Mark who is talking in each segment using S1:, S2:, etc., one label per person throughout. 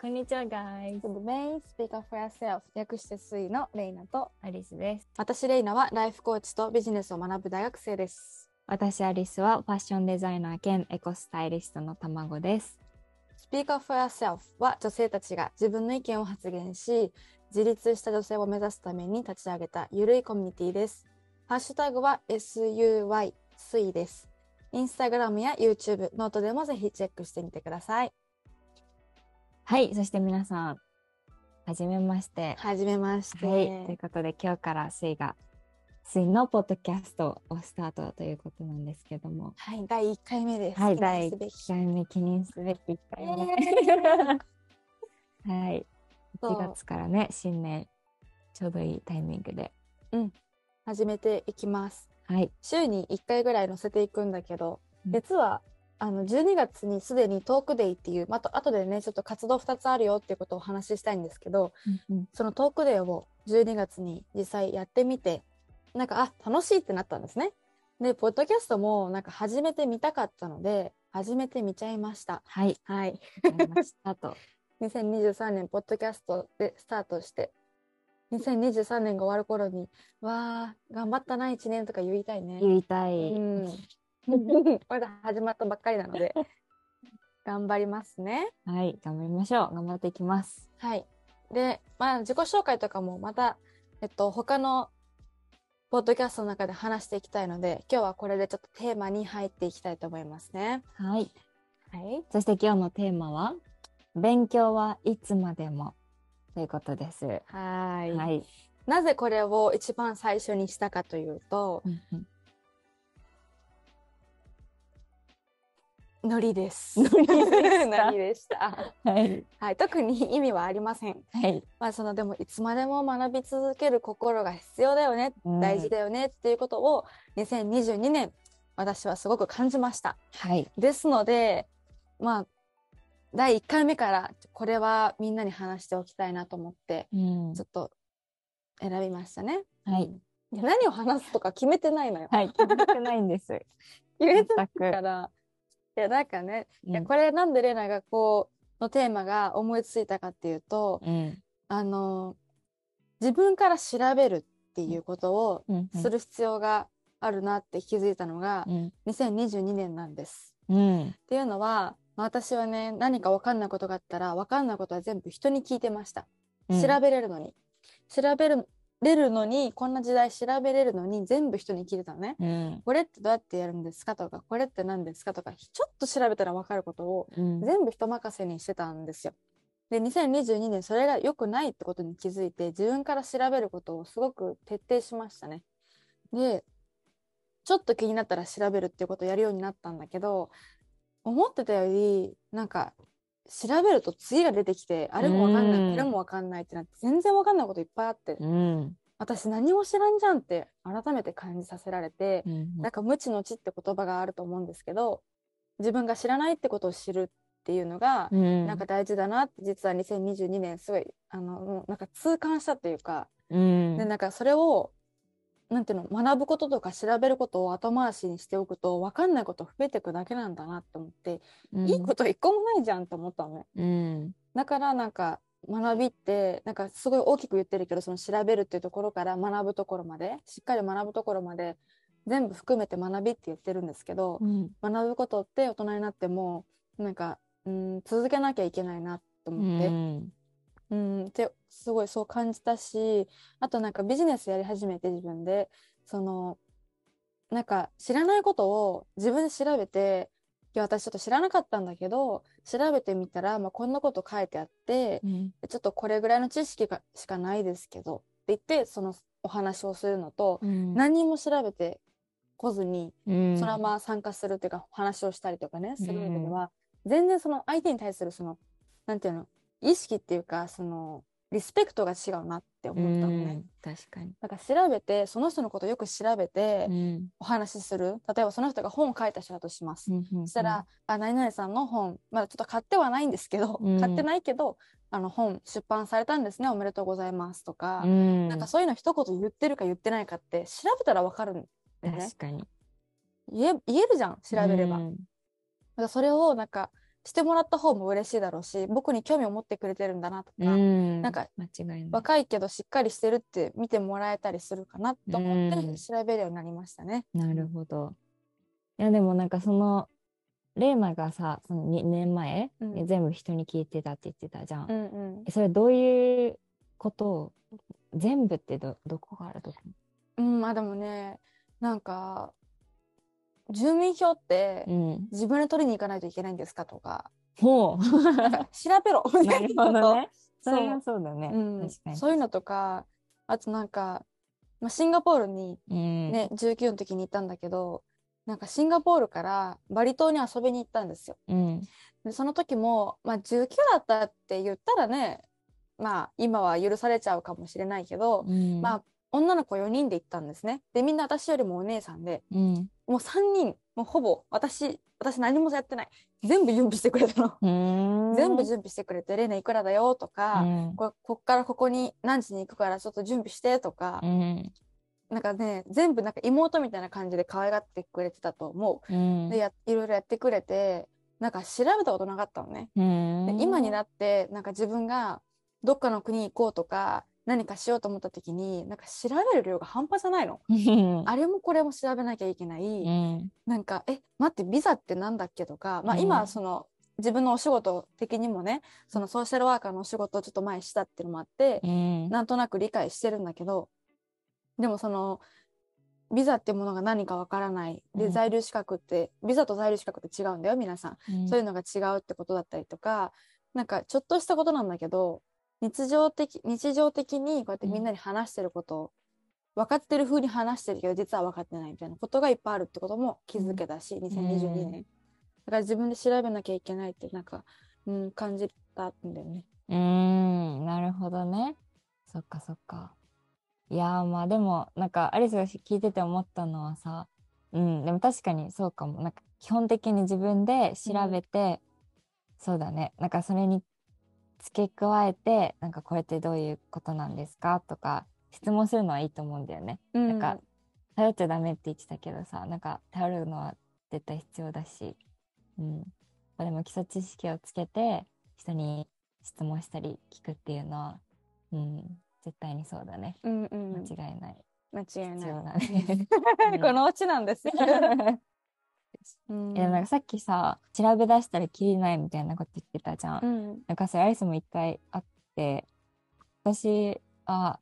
S1: こんにちは、ガイズ。
S2: Good Main Speaker for Yourself 略して水のレイナと
S1: アリスです。
S2: 私レイナはライフコーチとビジネスを学ぶ大学生です
S1: 私、アリスはファッションデザイナー兼エコスタイリストの卵です。
S2: Speaker for Yourself は女性たちが自分の意見を発言し自立した女性を目指すために立ち上げたゆるいコミュニティですハッシュタグは SUY 水ですインスタグラムや YouTube ノートでもぜひチェックしてみてください
S1: はい、そして皆さん、はじめまして。
S2: はじめまして、
S1: はい、ということで今日から水が、水のポッドキャストをスタートということなんですけども、
S2: はい、第1回目です。
S1: はい、
S2: 記
S1: 第
S2: 念すべき
S1: 1回目、記念すべき1回目。はい、
S2: そう
S1: 1月からね、新年、ちょうどいいタイミングで。
S2: 始めていきます。
S1: はい、
S2: 週に1回ぐらい載せていくんだけど、
S1: うん
S2: 実は、あの、12月にすでにトークデイっていう、また後でね、ちょっと活動2つあるよっていうことをお話ししたいんですけど、そのトークデイを12月に実際やってみて、なんか、あ、楽しいってなったんですね。で、ポッドキャストもなんか始めてみたかったので、始めてみちゃいました。
S1: はい、
S2: はい。
S1: わかりましたと。
S2: 2023年ポッドキャストでスタートして2023年が終わる頃に「わあ頑張ったな1年」とか言いたいね。
S1: 言いたい。
S2: うんまだ始まったばっかりなの で頑張りますね。
S1: はい、頑張りましょう。頑張っていきます。
S2: はい、で、まあ、自己紹介とかもまた、えっと、他のポッドキャストの中で話していきたいので今日はこれでちょっとテーマに入っていきたいと思いますね。
S1: はい。
S2: はい、
S1: そして今日のテーマは、勉強はいつまでもということです。は。
S2: はいいなぜこれを一番最初にしたかというと
S1: うんうん
S2: ノリです。
S1: ノリでした
S2: ノリでした。
S1: はい。
S2: はい、特に意味はありません。
S1: はい。
S2: まあ、そのでもいつまでも学び続ける心が必要だよね、大事
S1: で。
S2: だよねっていうことを2022年私はすごく感じました。
S1: はい。
S2: ですので、まあ第1回目からこれはみんなに話しておきたいなと思って
S1: うん
S2: ちょっと選びましたね。
S1: はい。
S2: で何を話すとか決めてないのよ。
S1: はい。決めてないん です。
S2: 決めて
S1: 全く
S2: ないから。いやなんかね
S1: う
S2: いや
S1: ん
S2: これなんでレナがこうのテーマが思いついたかっていうと
S1: うん。
S2: あの自分から調べるっていうことを
S1: うん
S2: する必要があるなって気づいたのが
S1: うん。
S2: 2022年なんです。
S1: うん。
S2: っていうのは私はね何か分かんないことがあったら分かんないことは全部人に聞いてました。
S1: うん
S2: 調べれるのに。調べるれるのにこんな時代調べれるのに全部人に聞いてたのね。
S1: うん。
S2: これってどうやってやるんですかとかこれって何ですかとかちょっと調べたら分かることを
S1: うん。
S2: 全部人任せにしてたんですよ。で2022年それが良くないってことに気づいて自分から調べることをすごく徹底しましたね。でちょっと気になったら調べるっていうことをやるようになったんだけど思ってたよりなんか調べると次が出てきてあれもわかん
S1: う
S2: なんいこれもわかんないってなって全然わかんないこといっぱいあって
S1: うん。
S2: 私何も知らんじゃんって改めて感じさせられて
S1: うん
S2: なんか無知の知って言葉があると思うんですけど自分が知らないってことを知るっていうのが、
S1: うん。
S2: なんか大事だなって実は2022年すごいあのもうなんか痛感したというか、
S1: うん。
S2: でなんかそれをなんていうの学ぶこととか調べることを後回しにしておくと分かんないこと増えていくだけなんだなって思って、
S1: うん
S2: いいこと一個もないじゃんと思ったのね。
S1: うん。
S2: だからなんか学びってなんかすごい大きく言ってるけどその調べるっていうところから学ぶところまでしっかり学ぶところまで全部含めて学びって言ってるんですけど、
S1: うん。
S2: 学ぶことって大人になってもなんかうん続けなきゃいけないなと
S1: う
S2: 思って、
S1: ん。
S2: うん、ってすごいそう感じたしあとなんかビジネスやり始めて自分でそのなんか知らないことを自分で調べていや私ちょっと知らなかったんだけど調べてみたら、まあ、こんなこと書いてあって
S1: うん。
S2: ちょっとこれぐらいの知識がしかないですけどって言ってそのお話をするのと、
S1: うん。
S2: 何も調べてこずに
S1: うん
S2: それはまあ参加するというか話をしたりとかねする上では、全然その相手に対するそのなんていうの意識っていうかそのリスペクトが違うなって
S1: う
S2: 思ったのね。
S1: ん。確かに。
S2: だから調べてその人のことをよく調べて
S1: うん。
S2: お話しする、例えばその人が本を書いた人だとします、そしたら、あ「何々さんの本まだちょっと買ってはないんですけど、
S1: うん
S2: 買ってないけどあの本出版されたんですねおめでとうございます」とか、
S1: うん、
S2: なんかそういうの一言言ってるか言ってないかって調べたらわかるんだよね
S1: 確かに
S2: 言え言えるじゃん調べれば。
S1: うん
S2: なんかそれをなんかしてもらった方も嬉しいだろうし僕に興味を持ってくれてるんだなとか、
S1: ん
S2: なんか
S1: 間違いない。
S2: 若いけどしっかりしてるって見てもらえたりするかなと思って
S1: うん
S2: 調べるようになりましたね。
S1: なるほど。いやでもなんかそのレイマがさその2年前、
S2: うん
S1: 全部人に聞いてたって言ってたじゃん。
S2: うんうん
S1: えそれどういうことを全部ってどどこがあるとか。
S2: うん、まあでもねなんか住民票って
S1: うん。
S2: 自分で取りに行かないといけないんですかと か
S1: ほ
S2: なんか調べろ
S1: う。
S2: みた
S1: ないる
S2: な
S1: ほ
S2: こと
S1: どね。そ
S2: そう
S1: れはそうだね。
S2: うん
S1: 確かに。
S2: そういうのとかあとなんか、まあ、シンガポールに
S1: うん。
S2: ね、19の時に行ったんだけどなんかシンガポールからバリ島に遊びに行ったんですよ。
S1: うん。
S2: でその時も、まあ、19だったって言ったらねまあ今は許されちゃうかもしれないけど、
S1: うん。
S2: まあ女の子4人で行ったんですね。でみんな私よりもお姉さんで
S1: うん。
S2: もう3人もうほぼ私私何もやってない全部準備してくれたの。
S1: うん。
S2: 全部準備してくれて「レイナいくらだよ」とか、
S1: うん。
S2: ここっからここに何時に行くからちょっと準備してとか
S1: う、ん。
S2: なんかね全部なんか妹みたいな感じで可愛がってくれてたと思
S1: うん
S2: う。でやいろいろやってくれてなんか調べたことなかったのね。
S1: うん
S2: で今になってなんか自分がどっかの国行こうとか何かしようと思った時になんか調べる量が半端じゃないの。
S1: うん
S2: あれもこれも調べなきゃいけない。
S1: うん
S2: なんか「え待ってビザってなんだっけ?」とか、まあ、
S1: うん
S2: 今はその自分のお仕事的にもねそのソーシャルワーカーのお仕事をちょっと前したっていうのもあって、
S1: うん
S2: なんとなく理解してるんだけどでもそのビザってものが何かわからないで、
S1: うん
S2: 在留資格ってビザと在留資格って違うんだよ皆さん、
S1: うん
S2: そういうのが違うってことだったりとかなんかちょっとしたことなんだけど日常的日常的にこうやってみんなに話してることを分かってる風に話してるけど実は分かってないみたいなことがいっぱいあるってことも気づけたし、2022年だから自分で調べなきゃいけないってなんか、うん、感じたんだよね。
S1: うーん、なるほどね。そっかそっか。いやーまあでもなんかアリスが聞いてて思ったのはさ、うん、でも確かにそうかも。なんか基本的に自分で調べて、そうだね。なんかそれに付け加えて、なんかこれってどういうことなんですかとか質問するのはいいと思うんだよね。
S2: な
S1: なんか頼っちゃダメって言ってたけどさ、なんか頼るのは絶対必要だし、うん。まあでも基礎知識をつけて人に質問したり聞くっていうのは、うん、絶対にそうだね。
S2: うんうん
S1: 間違いない。
S2: 間違い
S1: 必
S2: ない。
S1: 要だね。うん
S2: このオチなんですよ。
S1: えでもなんかさっきさ、調べ出したらきりないみたいなこと言ってたじゃん。
S2: うん
S1: なんかそれアリスも一回あって、私、あ、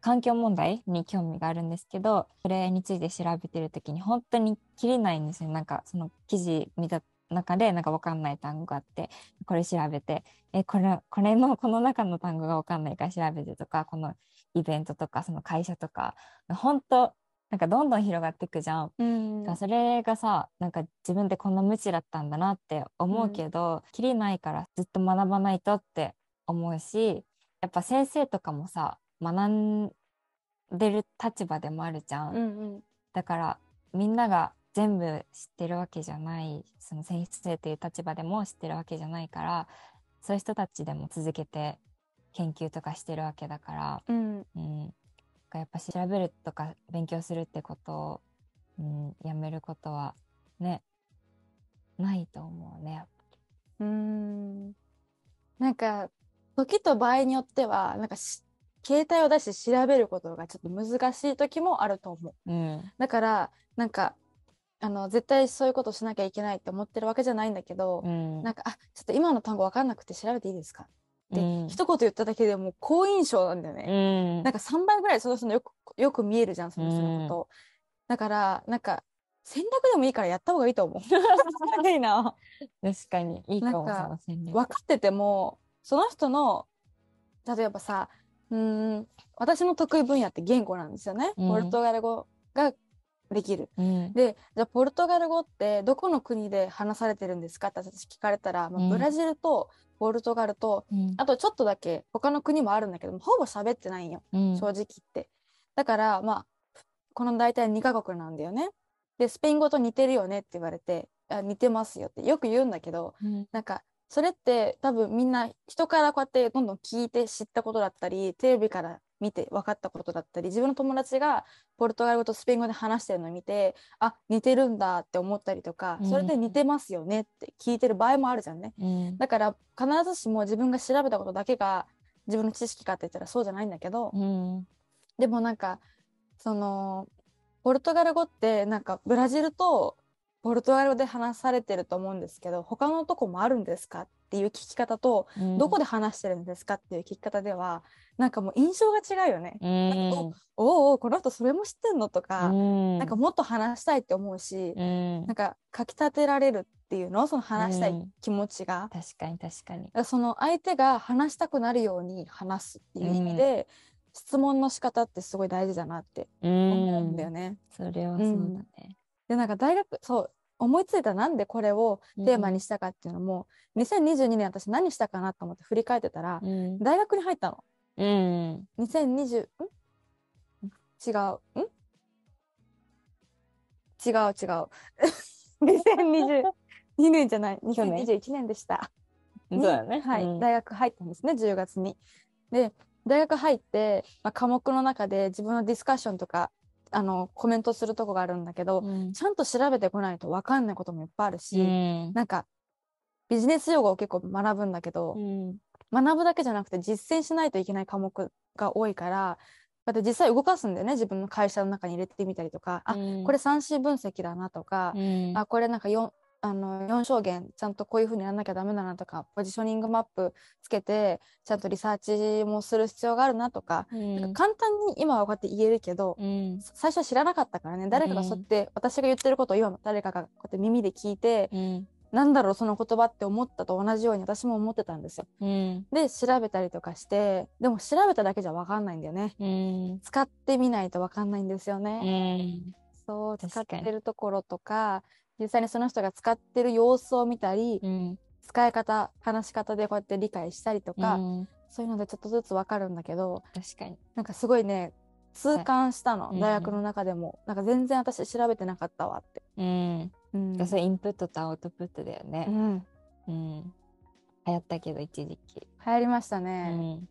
S1: 環境問題に興味があるんですけど、それについて調べてるときに本当に切れないんですよ。なんかその記事見た中でなんかわかんない単語があって、これ調べて、え、これ、これの、この中の単語がわかんないから調べてとか、このイベントとか、その会社とか、本当なんかどんどん広がっていくじゃん。
S2: うん
S1: だからそれがさなんか自分ってこんな無知だったんだなって思うけど、きりないからずっと学ばないとって思うしやっぱ先生とかもさ学んでる立場でもあるじゃん、
S2: うん
S1: だからみんなが全部知ってるわけじゃないその先生という立場でも知ってるわけじゃないからそういう人たちでも続けて研究とかしてるわけだから、
S2: うん
S1: うん、やっぱ調べるとか勉強するってことを、うん、やめることはねないと思うね。
S2: うんなんか時と場合によってはなんかし携帯を出して調べることがちょっと難しい時もあると思う。
S1: うん
S2: だからなんかあの絶対そういうことしなきゃいけないって思ってるわけじゃないんだけど、
S1: うん
S2: なんかあちょっと今の単語わかんなくて調べていいですかって、
S1: うん
S2: 一言言っただけでもう好印象なんだよね。
S1: うん
S2: なんか3倍ぐらいその人のよくよく見えるじゃんその人の
S1: うん
S2: こと、だからなんか戦略でもいいからやった方がいい と思
S1: いいな確かにいいかも
S2: なんか
S1: その戦
S2: う
S1: 略。
S2: 分かっててもその人の例えばさうーん私の得意分野って言語なんですよね、
S1: うん
S2: ポルトガル語ができる
S1: うん
S2: でじゃあポルトガル語ってどこの国で話されてるんですかって私聞かれたら、ま
S1: う
S2: あ、
S1: ん
S2: ブラジルとポルトガルと、
S1: うん
S2: あとちょっとだけ他の国もあるんだけどもほぼ喋ってないんよ
S1: うん
S2: 正直言って。だから、まあ、この大体2カ国なんだよね。で、スペイン語と似てるよねって言われて、あ似てますよってよく言うんだけど、
S1: うん
S2: なんか、それって多分みんな人からこうやってどんどん聞いて知ったことだったり、テレビから見て分かったことだったり自分の友達がポルトガル語とスペイン語で話してるのを見てあ似てるんだって思ったりとかそれで似てますよねって聞いてる場合もあるじゃんね。
S1: うん
S2: だから必ずしも自分が調べたことだけが自分の知識かって言ったらそうじゃないんだけど、
S1: うん
S2: でもなんかそのポルトガル語ってなんかブラジルとポルトガル語で話されてると思うんですけど他のとこもあるんですかっていう聞き方と、
S1: うん
S2: どこで話してるんですかっていう聞き方ではなんかもう印象が違うよね。
S1: うん
S2: おうおうこの人それも知ってんのとか、
S1: うん
S2: なんかもっと話したいって思うし、
S1: うん
S2: なんかかきたてられるっていうのその話したい気持ちが、
S1: 確かに確かに
S2: だからその相手が話したくなるように話すっていう意味で、質問の仕方ってすごい大事だなって思うんだよね。
S1: それはそうだね
S2: でなんか大学そう思いついたなんでこれをテーマにしたかっていうのも、2022年私何したかなと思って振り返ってたら、
S1: うん
S2: 大学に入ったの。
S1: うん
S2: 2020ん違うん違う違う。2022年じゃな い
S1: 去年
S2: 2021年でした。
S1: そうだね
S2: はい、
S1: うん
S2: 大学入ったんですね10月に。で大学入って、まあ、科目の中で自分のディスカッションとかあのコメントするとこがあるんだけど、
S1: うん
S2: ちゃんと調べてこないと分かんないこともいっぱいあるし、
S1: うん
S2: なんかビジネス用語を結構学ぶんだけど、
S1: うん
S2: 学ぶだけじゃなくて実践しないといけない科目が多いからだって実際動かすんだよね自分の会社の中に入れてみたりとか、あ
S1: うん
S2: これ算子分析だなとか、
S1: うん
S2: あこれなんか4あの4証言ちゃんとこういうふうにやらなきゃダメだなとかポジショニングマップつけてちゃんとリサーチもする必要があるなとか,、
S1: うん
S2: 簡単に今はこうやって言えるけど、
S1: うん
S2: 最初は知らなかったからね誰かがそうやって、私が言ってることを今誰かがこうやって耳で聞いて、
S1: うん
S2: なんだろうその言葉って思ったと同じように私も思ってたんですよ。
S1: うん
S2: で調べたりとかしてでも調べただけじゃ分かんないんだよね。
S1: うん
S2: 使ってみないと分かんないんですよね。
S1: うん
S2: そう
S1: 確
S2: 使
S1: か
S2: っ
S1: に
S2: てるところとか実際にその人が使ってる様子を見たり、
S1: うん
S2: 使い方話し方でこうやって理解したりとか、
S1: うん
S2: そういうのでちょっとずつ分かるんだけど
S1: 確かに
S2: なんかすごいね痛感したの、
S1: うんうん
S2: 大学の中でも、なんか全然私調べてなかったわって。
S1: うん
S2: うん
S1: だからそれインプットとアウトプットだよ
S2: う
S1: ね
S2: ん、
S1: うん流行ったけど一時期
S2: 流行りました
S1: う
S2: ね、
S1: ん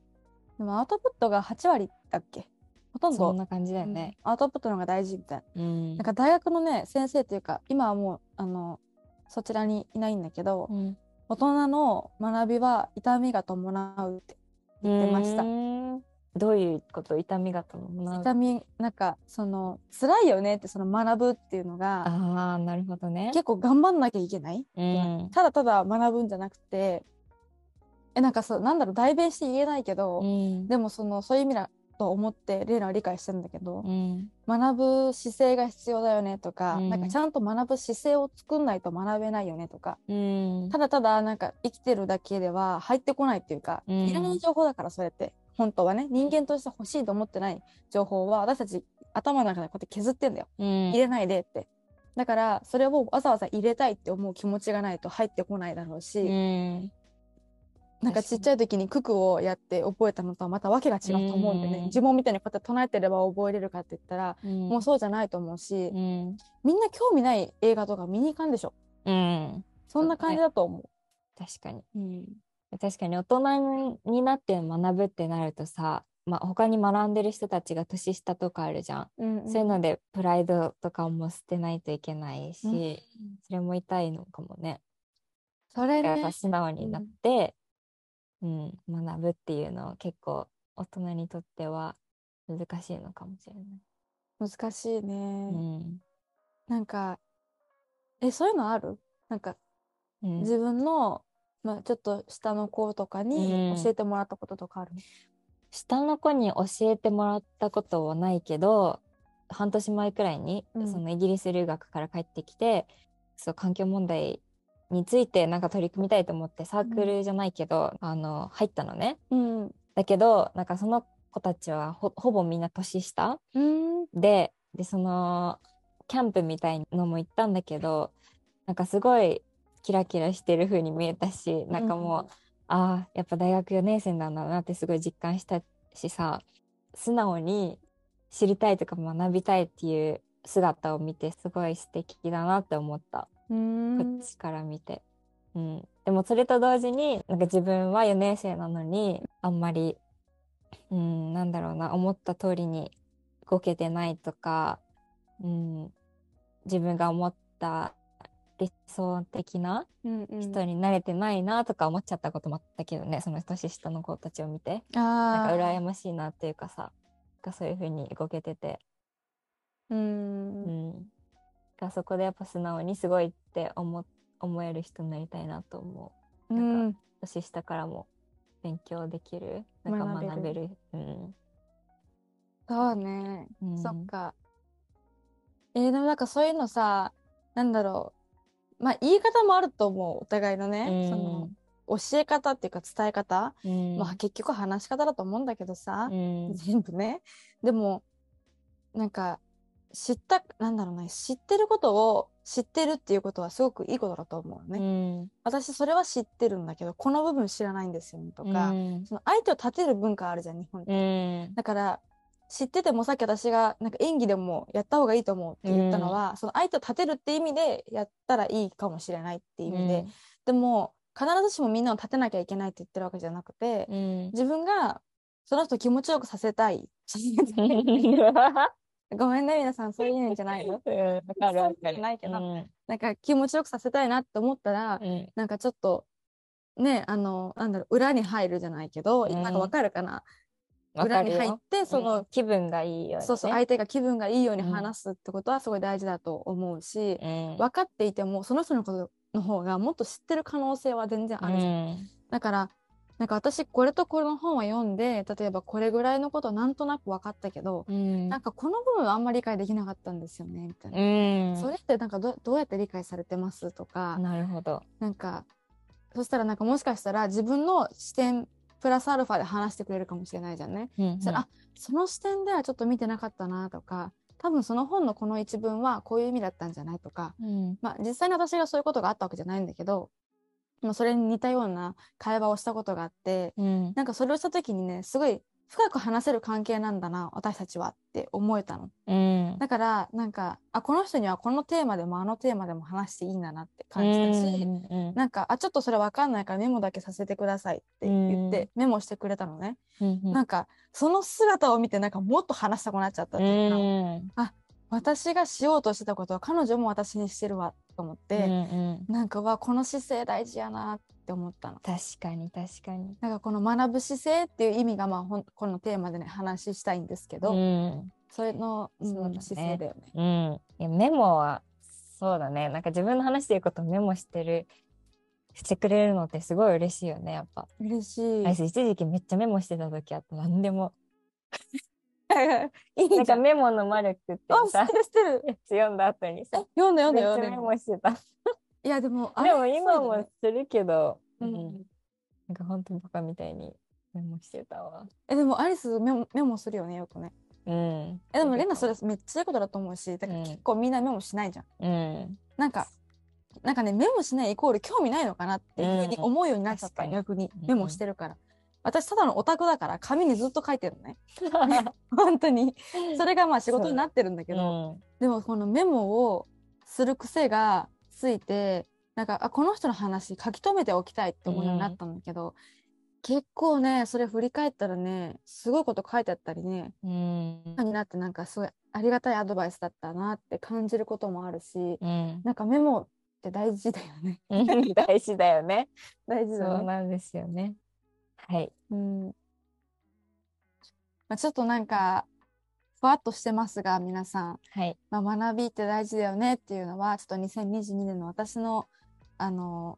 S2: でもアウトプットが8割だっけほとん
S1: そん
S2: ど
S1: な感じだよ
S2: うん
S1: ね
S2: アウトプットの方が大事みたいな
S1: うん
S2: なんか大学のね先生というか今はもうあのそちらにいないんだけど、
S1: うん
S2: 大人の学びは痛みが伴うって言ってました
S1: うーんどういうこと痛みが伴う
S2: 痛みなんかその辛いよねってその学ぶっていうのが
S1: ああなるほどね
S2: 結構頑張んなきゃいけない、
S1: うん
S2: ただただ学ぶんじゃなくてえなんかそうなんだろう代弁して言えないけど、
S1: うん
S2: でもそのそういう意味だと思ってレイナは理解してるんだけど、
S1: うん
S2: 学ぶ姿勢が必要だよねとか、
S1: うん
S2: なんかちゃんと学ぶ姿勢を作んないと学べないよねとか
S1: うん
S2: ただただなんか生きてるだけでは入ってこないっていうか、
S1: うん
S2: いらない情報だからそれって本当はね人間として欲しいと思ってない情報は私たち頭の中でこうやって削ってんだよ
S1: うん
S2: 入れないでってだからそれをわざわざ入れたいって思う気持ちがないと入ってこないだろうし、
S1: うん
S2: なんかちっちゃい時に九九をやって覚えたのとはまた訳が違うと思うんでね、
S1: うん
S2: 呪文みたいにこうやって唱えてれば覚えれるかって言ったら、もうそうじゃないと思うし、
S1: うん
S2: みんな興味ない映画とか見に行かんでしょ
S1: うん
S2: そんな感じだと思う。
S1: 確かに
S2: うん
S1: 確かに大人になって学ぶってなるとさまあ他に学んでる人たちが年下とかあるじゃん
S2: うんうん
S1: そういうのでプライドとかも捨てないといけないし、
S2: うん
S1: それも痛いのかもね。
S2: それ
S1: だからやっ
S2: ね
S1: ぱ素直になって、うん学ぶっていうのは結構大人にとっては難しいのかもしれない。
S2: 難しいね、
S1: うん
S2: なんかえそういうのあるなんか
S1: うん
S2: 自分の、まあ、ちょっと下の子とかに
S1: うん
S2: 教えてもらったこととかある、
S1: 下の子に教えてもらったことはないけど半年前くらいに、
S2: うん
S1: そのイギリス留学から帰ってきてそう環境問題についてなんか取り組みたいと思ってサークルじゃないけど、あの入ったのね。
S2: うんう
S1: だけどなんかその子たちはほほぼみんな年下
S2: ーん
S1: ででそのキャンプみたいのも行ったんだけどなんかすごいキラキラしてる風に見えたしなんかもう、ああやっぱ大学4年生なんだなってすごい実感したしさ素直に知りたいとか学びたいっていう姿を見てすごい素敵だなって思った。
S2: うんうー
S1: こ
S2: ん
S1: っちから見て。うん、でもそれと同時になんか自分は4年生なのにあんまりうん、なんだろうな、思った通りに動けてないとか、うん、自分が思った理想的な
S2: うんうん
S1: 人になれてないなとか思っちゃったこともあったけどね、その年下の子たちを見て、なん
S2: あ
S1: か
S2: あ
S1: 羨ましいなっていうかさ、がそういう風に動けてて、
S2: う
S1: うんん、がそこでやっぱ素直にすごいって思思える人になりたいなと思う。
S2: うん
S1: な年下からも勉強できる、なんか
S2: 学
S1: 学
S2: べ
S1: べ
S2: る
S1: る。うん
S2: そうね、
S1: うん
S2: そっかえーでもなんかそういうのさなんだろうまあ言い方もあると思うお互いの
S1: う
S2: ね、
S1: ん
S2: その教え方っていうか伝え方、
S1: うん
S2: まあ結局話し方だと思うんだけどさ、
S1: うん
S2: 全部ねでもなんか知ったなんだろうな知ってることを知ってるっていうことはすごくいいことだと思うね、
S1: うん
S2: 私それは知ってるんだけどこの部分知らないんですよねとか、
S1: うん
S2: その相手を立てる文化あるじゃん日本って、
S1: うん
S2: だから知っててもさっき私がなんか演技でもやった方がいいと思うって言ったのは、その相手を立てるって意味でやったらいいかもしれないっていう意味で、でも必ずしもみんなを立てなきゃいけないって言ってるわけじゃなくて、
S1: うん
S2: 自分がその人を気持ちよくさせたい。ごめんね、皆さん、そういう意味じゃないよ。
S1: うんわかるわ
S2: そ
S1: か
S2: うじゃ
S1: る
S2: ないけど
S1: うん
S2: なんか気持ちよくさせたいなって思ったら、
S1: うん
S2: なんかちょっと、ね、あの、なんだろう、裏に入るじゃないけど、
S1: うん
S2: なんかわかるかな。
S1: わ
S2: 裏
S1: か
S2: に
S1: る
S2: 入っ
S1: よ
S2: て、その、
S1: うん気分がいいように
S2: そうそう、
S1: ね
S2: 相手が気分がいいように
S1: うん
S2: 話すってことはすごい大事だと思うし、
S1: うん
S2: 分かっていても、その人のことの方がもっと知ってる可能性は全然あるじゃんだからなんか私これとこの本は読んで例えばこれぐらいのことなんとなく分かったけど、
S1: うん
S2: なんかこの部分はあんまり理解できなかったんですよねみたいな、
S1: うん
S2: それってなんかどどうやって理解されてますとか、
S1: なるほど
S2: なんかそしたらなんかもしかしたら自分の視点プラスアルファで話してくれるかもしれないじゃんね。
S1: うんうん
S2: そしたらあその視点ではちょっと見てなかったなとか多分その本のこの一文はこういう意味だったんじゃないとか
S1: うん
S2: まあ、実際に私がそういうことがあったわけじゃないんだけど、まあ、それに似たような会話をしたことがあって
S1: うん
S2: なんかそれをした時にねすごい深く話せる関係なんだな私たちはって思えたの
S1: うん
S2: だからなんかあこの人にはこのテーマでもあのテーマでも話していいんだなって感じたし、
S1: うんうん
S2: なんかあちょっとそれ分かんないからメモだけさせてくださいって言って、メモしてくれたのね、
S1: うんうん
S2: なんかその姿を見てなんかもっと話したくなっちゃったっていうか、
S1: うん
S2: 私がしようとしてたことは彼女も私にしてるわと思って、
S1: うんうん
S2: なんかはこの姿勢大事やなって思ったの。
S1: 確かに確かに
S2: なんかこの学ぶ姿勢っていう意味がまあほんこのテーマでね話したいんですけど、
S1: うん
S2: それの、うん
S1: そうだね
S2: 姿勢だよね。
S1: うん、いやメモはそうだねなんか自分の話してることをメモしてるしてくれるのってすごい嬉しいよねやっぱ、
S2: 嬉しい。
S1: あいつ一時期めっちゃメモしてた時あった何でも
S2: い
S1: なん
S2: いじ
S1: か
S2: ゃん。あ
S1: メモのマルクって
S2: 知っ
S1: さ
S2: てる知ってる。
S1: やつ読んだ後に
S2: え
S1: さ
S2: 読んだ読ん
S1: め
S2: だ
S1: っちゃ
S2: 読んだ
S1: メ。モしてた
S2: いやでもあれ
S1: でも今
S2: そうだよ
S1: も
S2: ね
S1: するけど、
S2: う
S1: うん
S2: ん、
S1: なんか本当にバカみたいにメモしてたわ
S2: えでもアリスメモメモするよねよくね。
S1: うん
S2: えでもレナそれめっちゃいいことだと思うし、だから
S1: うん
S2: 結構みんなメモしないじゃん。
S1: うん
S2: なんか。なんかねメモしないイコール興味ないのかなっていうふうに思うようになっちゃった、
S1: うん
S2: 逆に
S1: うん
S2: メモしてるから、私ただのオタクだから紙にずっと書いてるのね本当にそれがまあ仕事になってるんだ
S1: け
S2: けど、
S1: ど、
S2: でもこのメモをする癖がついてなんかあこの人の話書き留めておきたいって思うようになったんだけど、結構ねそれ振り返ったらねすごいこと書いてあったりね
S1: うん
S2: 今になってなんかすごいありがたいアドバイスだったなって感じることもあるし
S1: うん、
S2: なんかメモって大事だよね
S1: 大事だよね
S2: 大事だ
S1: そ
S2: よ
S1: う
S2: ね。
S1: なんですよね。はい。
S2: うんまあ、ちょっとなんかふわっとしてますが皆さん
S1: はい。
S2: まあ、学びって大事だよねっていうのはちょっと2022年の私のあの、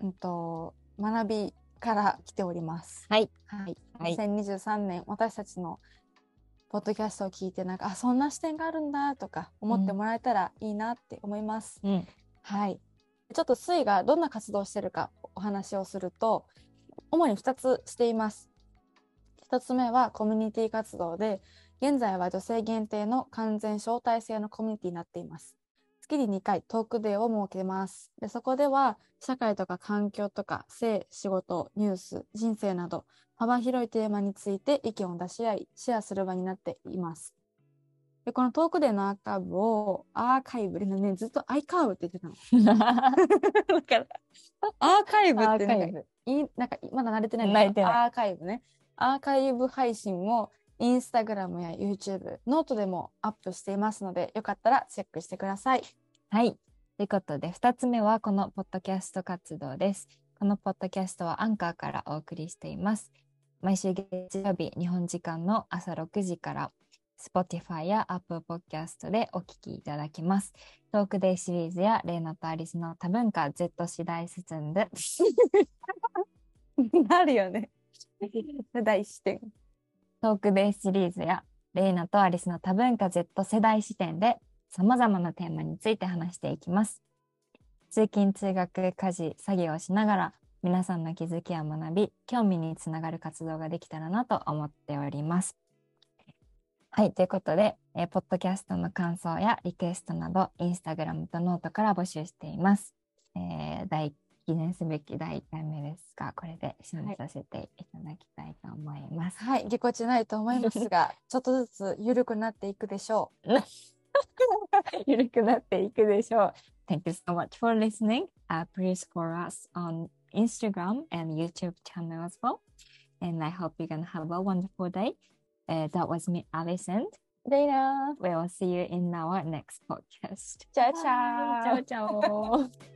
S2: うん、と学びから来ております。
S1: はい。
S2: はい、
S1: はい
S2: 2023年私たちのポッドキャストを聞いてなんかあそんな視点があるんだとか思ってもらえたらいいなって思います。
S1: うん。
S2: はい、ちょっとスイがどんな活動をしてるかお話をすると主に2つしています。1つ目はコミュニティ活動で現在は女性限定の完全招待制のコミュニティになっています。月に2回トークデーを設けます。でそこでは社会とか環境とか性、仕事、ニュース、人生など幅広いテーマについて意見を出し合いシェアする場になっています。でこのトークデーのアーカイブをアーカイブでねずっとアイカーブって言ってたの。
S1: だから、
S2: アーカイブ
S1: ア
S2: っ
S1: ー
S2: て
S1: カ
S2: なんか
S1: イブ。
S2: いいなんかまだ慣れてない
S1: 慣れてない
S2: アーカイブねアーカイブ配信もインスタグラムや YouTube、ノートでもアップしていますので、よかったらチェックしてください。
S1: はい。ということで、2つ目はこのポッドキャスト活動です。このポッドキャストはアンカーからお送りしています。毎週月曜日、日本時間の朝6時から、Spotify や Apple Podcast でお聞きいただけます。トークデイシリーズや、レイナとアリスの多文化 Z 次第進ん で、
S2: なるよね。第視点。
S1: トークベースシリーズやレイナとアリスの多文化 Z 世代視点で様々なテーマについて話していきます。通勤通学家事作業をしながら皆さんの気づきや学び興味につながる活動ができたらなと思っております。はいということで、えーポッドキャストの感想やリクエストなどインスタグラムとノートから募集しています。えー第記念すべき第1回目ですがこれで締めさせていただきたいと思います。
S2: はい、ぎこちないと思いますが、ちょっとずつ緩くなっていくでしょう。
S1: ゆるくなっていくでしょう。Thank you so much for listening.、please Uh, follow us on Instagram and YouTube channel as well. And I hope you're gonna have a wonderful day.、that Uh, was me, Alison.
S2: レイナ
S1: We'll see you in our next podcast.
S2: ー、チ
S1: チ
S2: ャオチャ
S1: チャオ
S2: オ。
S1: チャオ